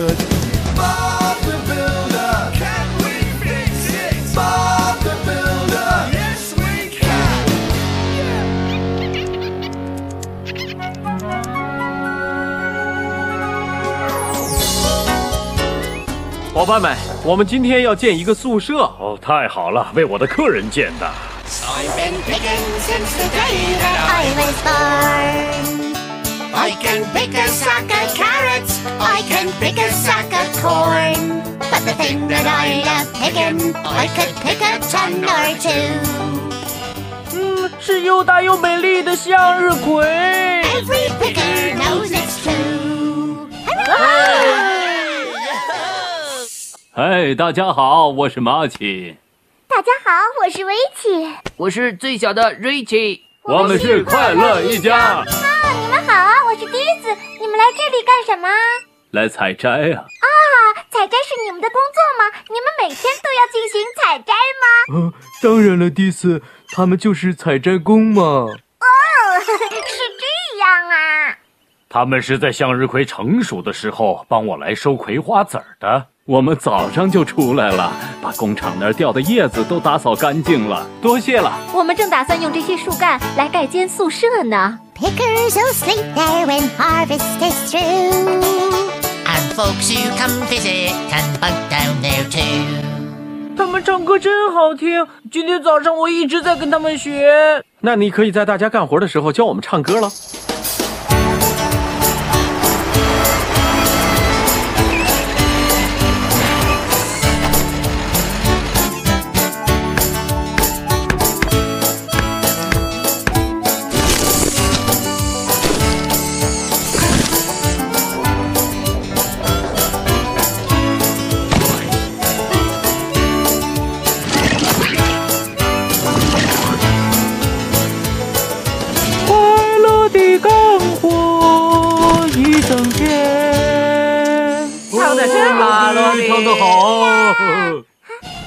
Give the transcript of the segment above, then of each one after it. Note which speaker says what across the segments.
Speaker 1: Bob the Builder. Can we fix it? Bob the Builder. Yes, we can.
Speaker 2: 伙伴们，我们今天要建一个宿舍。
Speaker 3: 哦，太好了，为我的客人建的。
Speaker 4: I've been picking since the day that I was born. I can pick a sack of carrots, I can pick a sack of corn. But the thing that I love picking, I could pick a ton or two.
Speaker 2: 嗯，是又大又美丽的向日葵。
Speaker 4: Every picker knows it's true.
Speaker 3: 哎，大家好，我是马奇，
Speaker 5: 大家好，我是维奇。
Speaker 6: 我是最小的 Richie。
Speaker 3: 我们是快乐一家，
Speaker 5: 啊，你们好啊，我是笛子。你们来这里干什么？啊，
Speaker 3: 来采摘啊。
Speaker 5: 采摘是你们的工作吗？你们每天都要进行采摘吗？
Speaker 2: 嗯，当然了，迪斯，他们就是采摘工嘛。
Speaker 5: 哦 是这样啊。
Speaker 3: 他们是在向日葵成熟的时候帮我来收葵花籽儿的。我们早上就出来了，把工厂那儿掉的叶子都打扫干净了，多谢了。
Speaker 7: 我们正打算用这些树干来盖间宿舍呢。
Speaker 4: Pickers will sleep there when harvest is through.
Speaker 8: And folks who come visit can bunk down there too.
Speaker 6: 他们唱歌真好听，今天早上我一直在跟他们学。
Speaker 2: 那你可以在大家干活的时候教我们唱歌了。快乐地干活一整天。
Speaker 6: 唱的真好，罗比。
Speaker 3: 唱得好。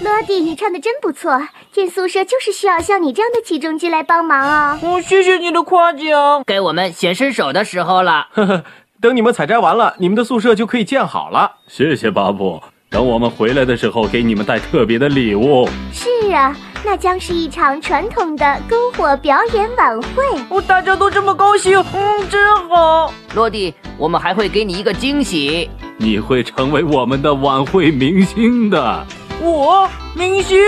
Speaker 5: 罗迪，你唱的真不错。建宿舍就是需要像你这样的起重机来帮忙哦。
Speaker 6: 哦，谢谢你的夸奖。该我们显身手的时候 了。
Speaker 2: 等你们采摘完了，你们的宿舍就可以建好了。
Speaker 3: 谢谢巴布，等我们回来的时候给你们带特别的礼物。
Speaker 5: 是啊，那将是一场传统的篝火表演晚会。
Speaker 6: 哦，大家都这么高兴，嗯，真好。罗迪，我们还会给你一个惊喜。
Speaker 3: 你会成为我们的晚会明星的。
Speaker 6: 我明星？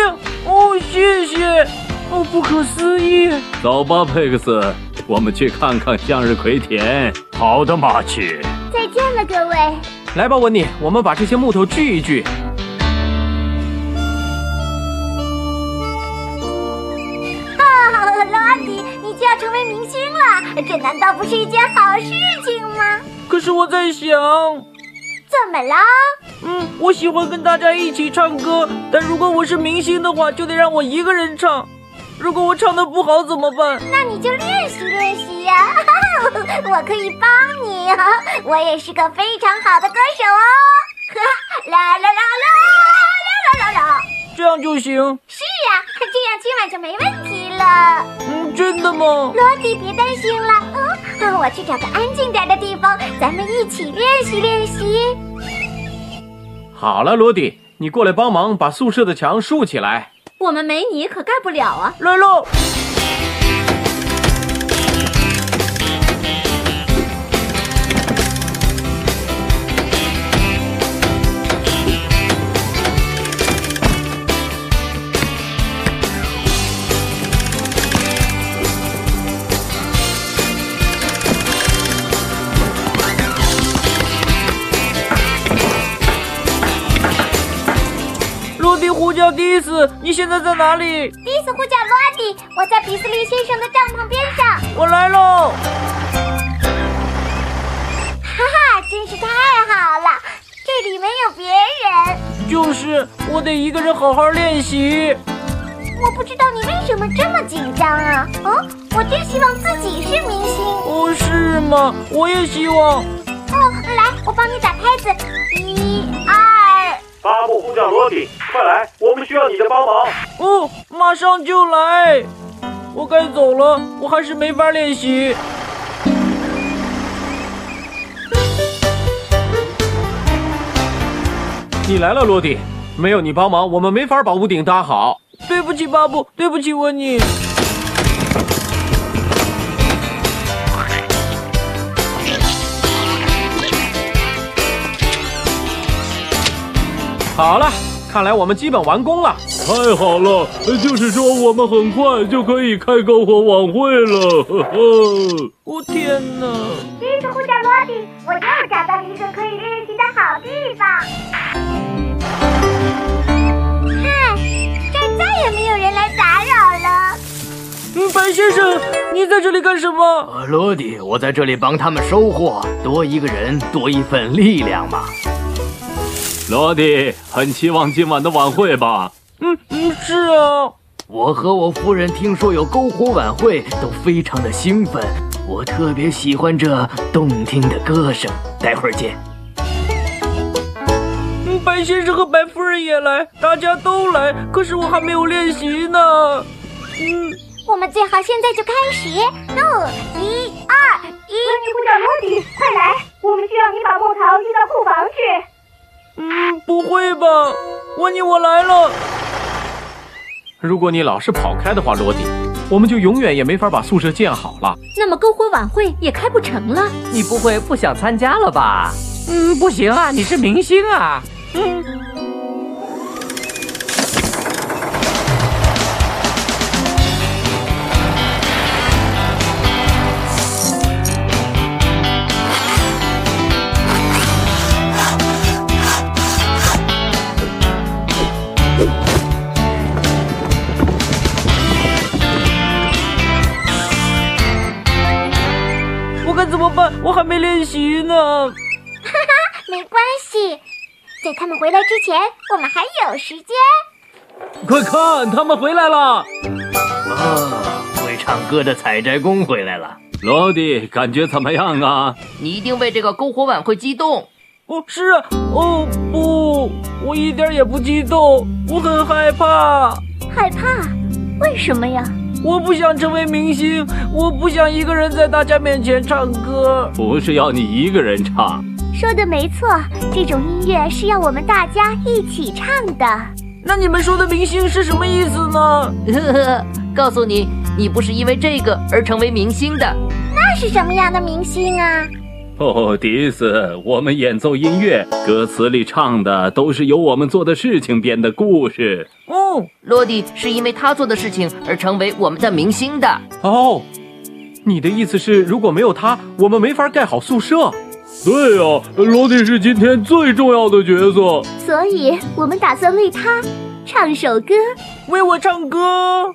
Speaker 6: 哦，谢谢。哦，不可思议。
Speaker 3: 走吧，佩克斯，我们去看看向日葵田。好的，马奇。
Speaker 5: 再见了，各位。
Speaker 2: 来吧，温妮，我们把这些木头锯一锯。
Speaker 5: 哦，罗迪，你就要成为明星了，这难道不是一件好事情吗？
Speaker 6: 可是我在想，
Speaker 5: 怎么了？
Speaker 6: 嗯，我喜欢跟大家一起唱歌，但如果我是明星的话，就得让我一个人唱。如果我唱的不好怎么办？
Speaker 5: 那你就练习练习呀、我可以帮你哦，我也是个非常好的歌手哦。啦啦啦啦啦啦啦啦！
Speaker 6: 这样就行？
Speaker 5: 是啊，这样今晚就没问题了。
Speaker 6: 嗯，真的吗？
Speaker 5: 罗迪，别担心了，嗯，我去找个安静点的地方，咱们一起练习练习。
Speaker 2: 好了，罗迪，你过来帮忙把宿舍的墙竖起来。
Speaker 7: 我们没你可盖不了啊！
Speaker 6: 来喽，罗迪呼叫迪斯，你现在在哪里？
Speaker 5: 迪斯呼叫罗迪，我在比斯利先生的帐篷边上。
Speaker 6: 我来喽。
Speaker 5: 哈哈，真是太好了，这里没有别人。
Speaker 6: 就是我得一个人好好练习。
Speaker 5: 我不知道你为什么这么紧张啊！哦，我真希望自己是明星。
Speaker 6: 哦，是吗？我也希望。
Speaker 5: 哦，来，我帮你打拍子，一、二、
Speaker 2: 巴布部长罗迪，快来，我们需要你的帮忙。
Speaker 6: 哦，马上就来。我该走了，我还是没法练习。
Speaker 2: 你来了，罗迪，没有你帮忙，我们没法把屋顶搭好。
Speaker 6: 对不起，巴布，对不起，温妮。
Speaker 2: 好了，看来我们基本完工了。
Speaker 3: 太好了，就是说我们很快就可以开篝火晚会了。呵 呵
Speaker 2: 哦
Speaker 6: 我、天哪！
Speaker 5: 谢谢护长罗比，我又找到了一个可以练习的好地方。嗨，这儿再也没有人来打扰了。
Speaker 6: 嗯，白先生，你在这里干什么？
Speaker 9: 呃，罗迪，我在这里帮他们收获，多一个人多一份力量嘛。
Speaker 3: 罗迪，很期望今晚的晚会吧？
Speaker 6: 嗯嗯，是啊。
Speaker 9: 我和我夫人听说有篝火晚会，都非常的兴奋。我特别喜欢这动听的歌声。待会儿见。
Speaker 6: 嗯，白先生和白夫人也来，大家都来。可是我还没有练习呢。嗯，
Speaker 5: 我们最好现在就开始。No，一二一。你护长罗比，快来！我们需要你把木桃运到库房去。
Speaker 6: 嗯，不会吧？温妮，我来了。
Speaker 2: 如果你老是跑开的话，罗迪，我们就永远也没法把宿舍建好了。
Speaker 7: 那么篝火晚会也开不成了。
Speaker 10: 你不会不想参加了吧？嗯，不行啊，你是明星啊。
Speaker 6: 我该怎么办？我还没练习呢。
Speaker 5: 没关系，在他们回来之前，我们还有时间。
Speaker 2: 快看，他们回来了！
Speaker 9: 哦，会唱歌的采摘工回来了。
Speaker 3: 罗迪，感觉怎么样啊？
Speaker 10: 你一定为这个篝火晚会激动。
Speaker 6: 哦，是啊，哦不，我一点也不激动，我很害怕。
Speaker 5: 害怕？为什么呀？
Speaker 6: 我不想成为明星，我不想一个人在大家面前唱歌。
Speaker 3: 不是要你一个人唱，
Speaker 5: 说的没错，这种音乐是要我们大家一起唱的。
Speaker 6: 那你们说的明星是什么意思呢？
Speaker 10: 呵呵， 告诉你，你不是因为这个而成为明星的。
Speaker 5: 那是什么样的明星啊？
Speaker 3: 哦，迪斯，我们演奏音乐，歌词里唱的都是由我们做的事情编的故事。
Speaker 6: 哦，
Speaker 10: 洛蒂是因为他做的事情而成为我们的明星的。
Speaker 2: 哦，你的意思是，如果没有他，我们没法盖好宿舍？
Speaker 3: 对呀、罗迪是今天最重要的角色。
Speaker 7: 所以我们打算为他唱首歌。
Speaker 6: 为我唱歌。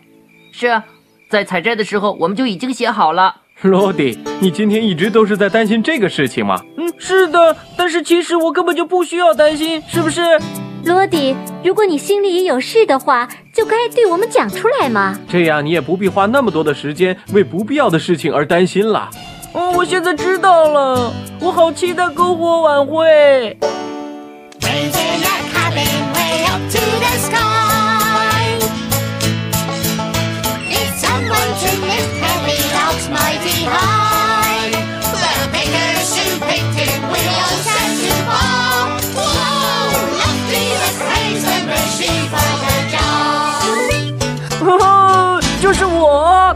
Speaker 10: 是啊，在采摘的时候我们就已经写好了。
Speaker 2: 罗迪，你今天一直都是在担心这个事情吗？
Speaker 6: 嗯，是的，但是其实我根本就不需要担心，是不是？
Speaker 7: 罗迪，如果你心里也有事的话，就该对我们讲出来嘛。
Speaker 2: 这样你也不必花那么多的时间为不必要的事情而担心了。
Speaker 6: 嗯，我现在知道了，我好期待篝火晚会。
Speaker 4: Raising a cabin way up to the sky. If someone should lift heavy logs mighty high, the pickers who picked it will all set to fall. Whoa, lofty the praise and mercy for the job.
Speaker 6: 呵呵，就是我，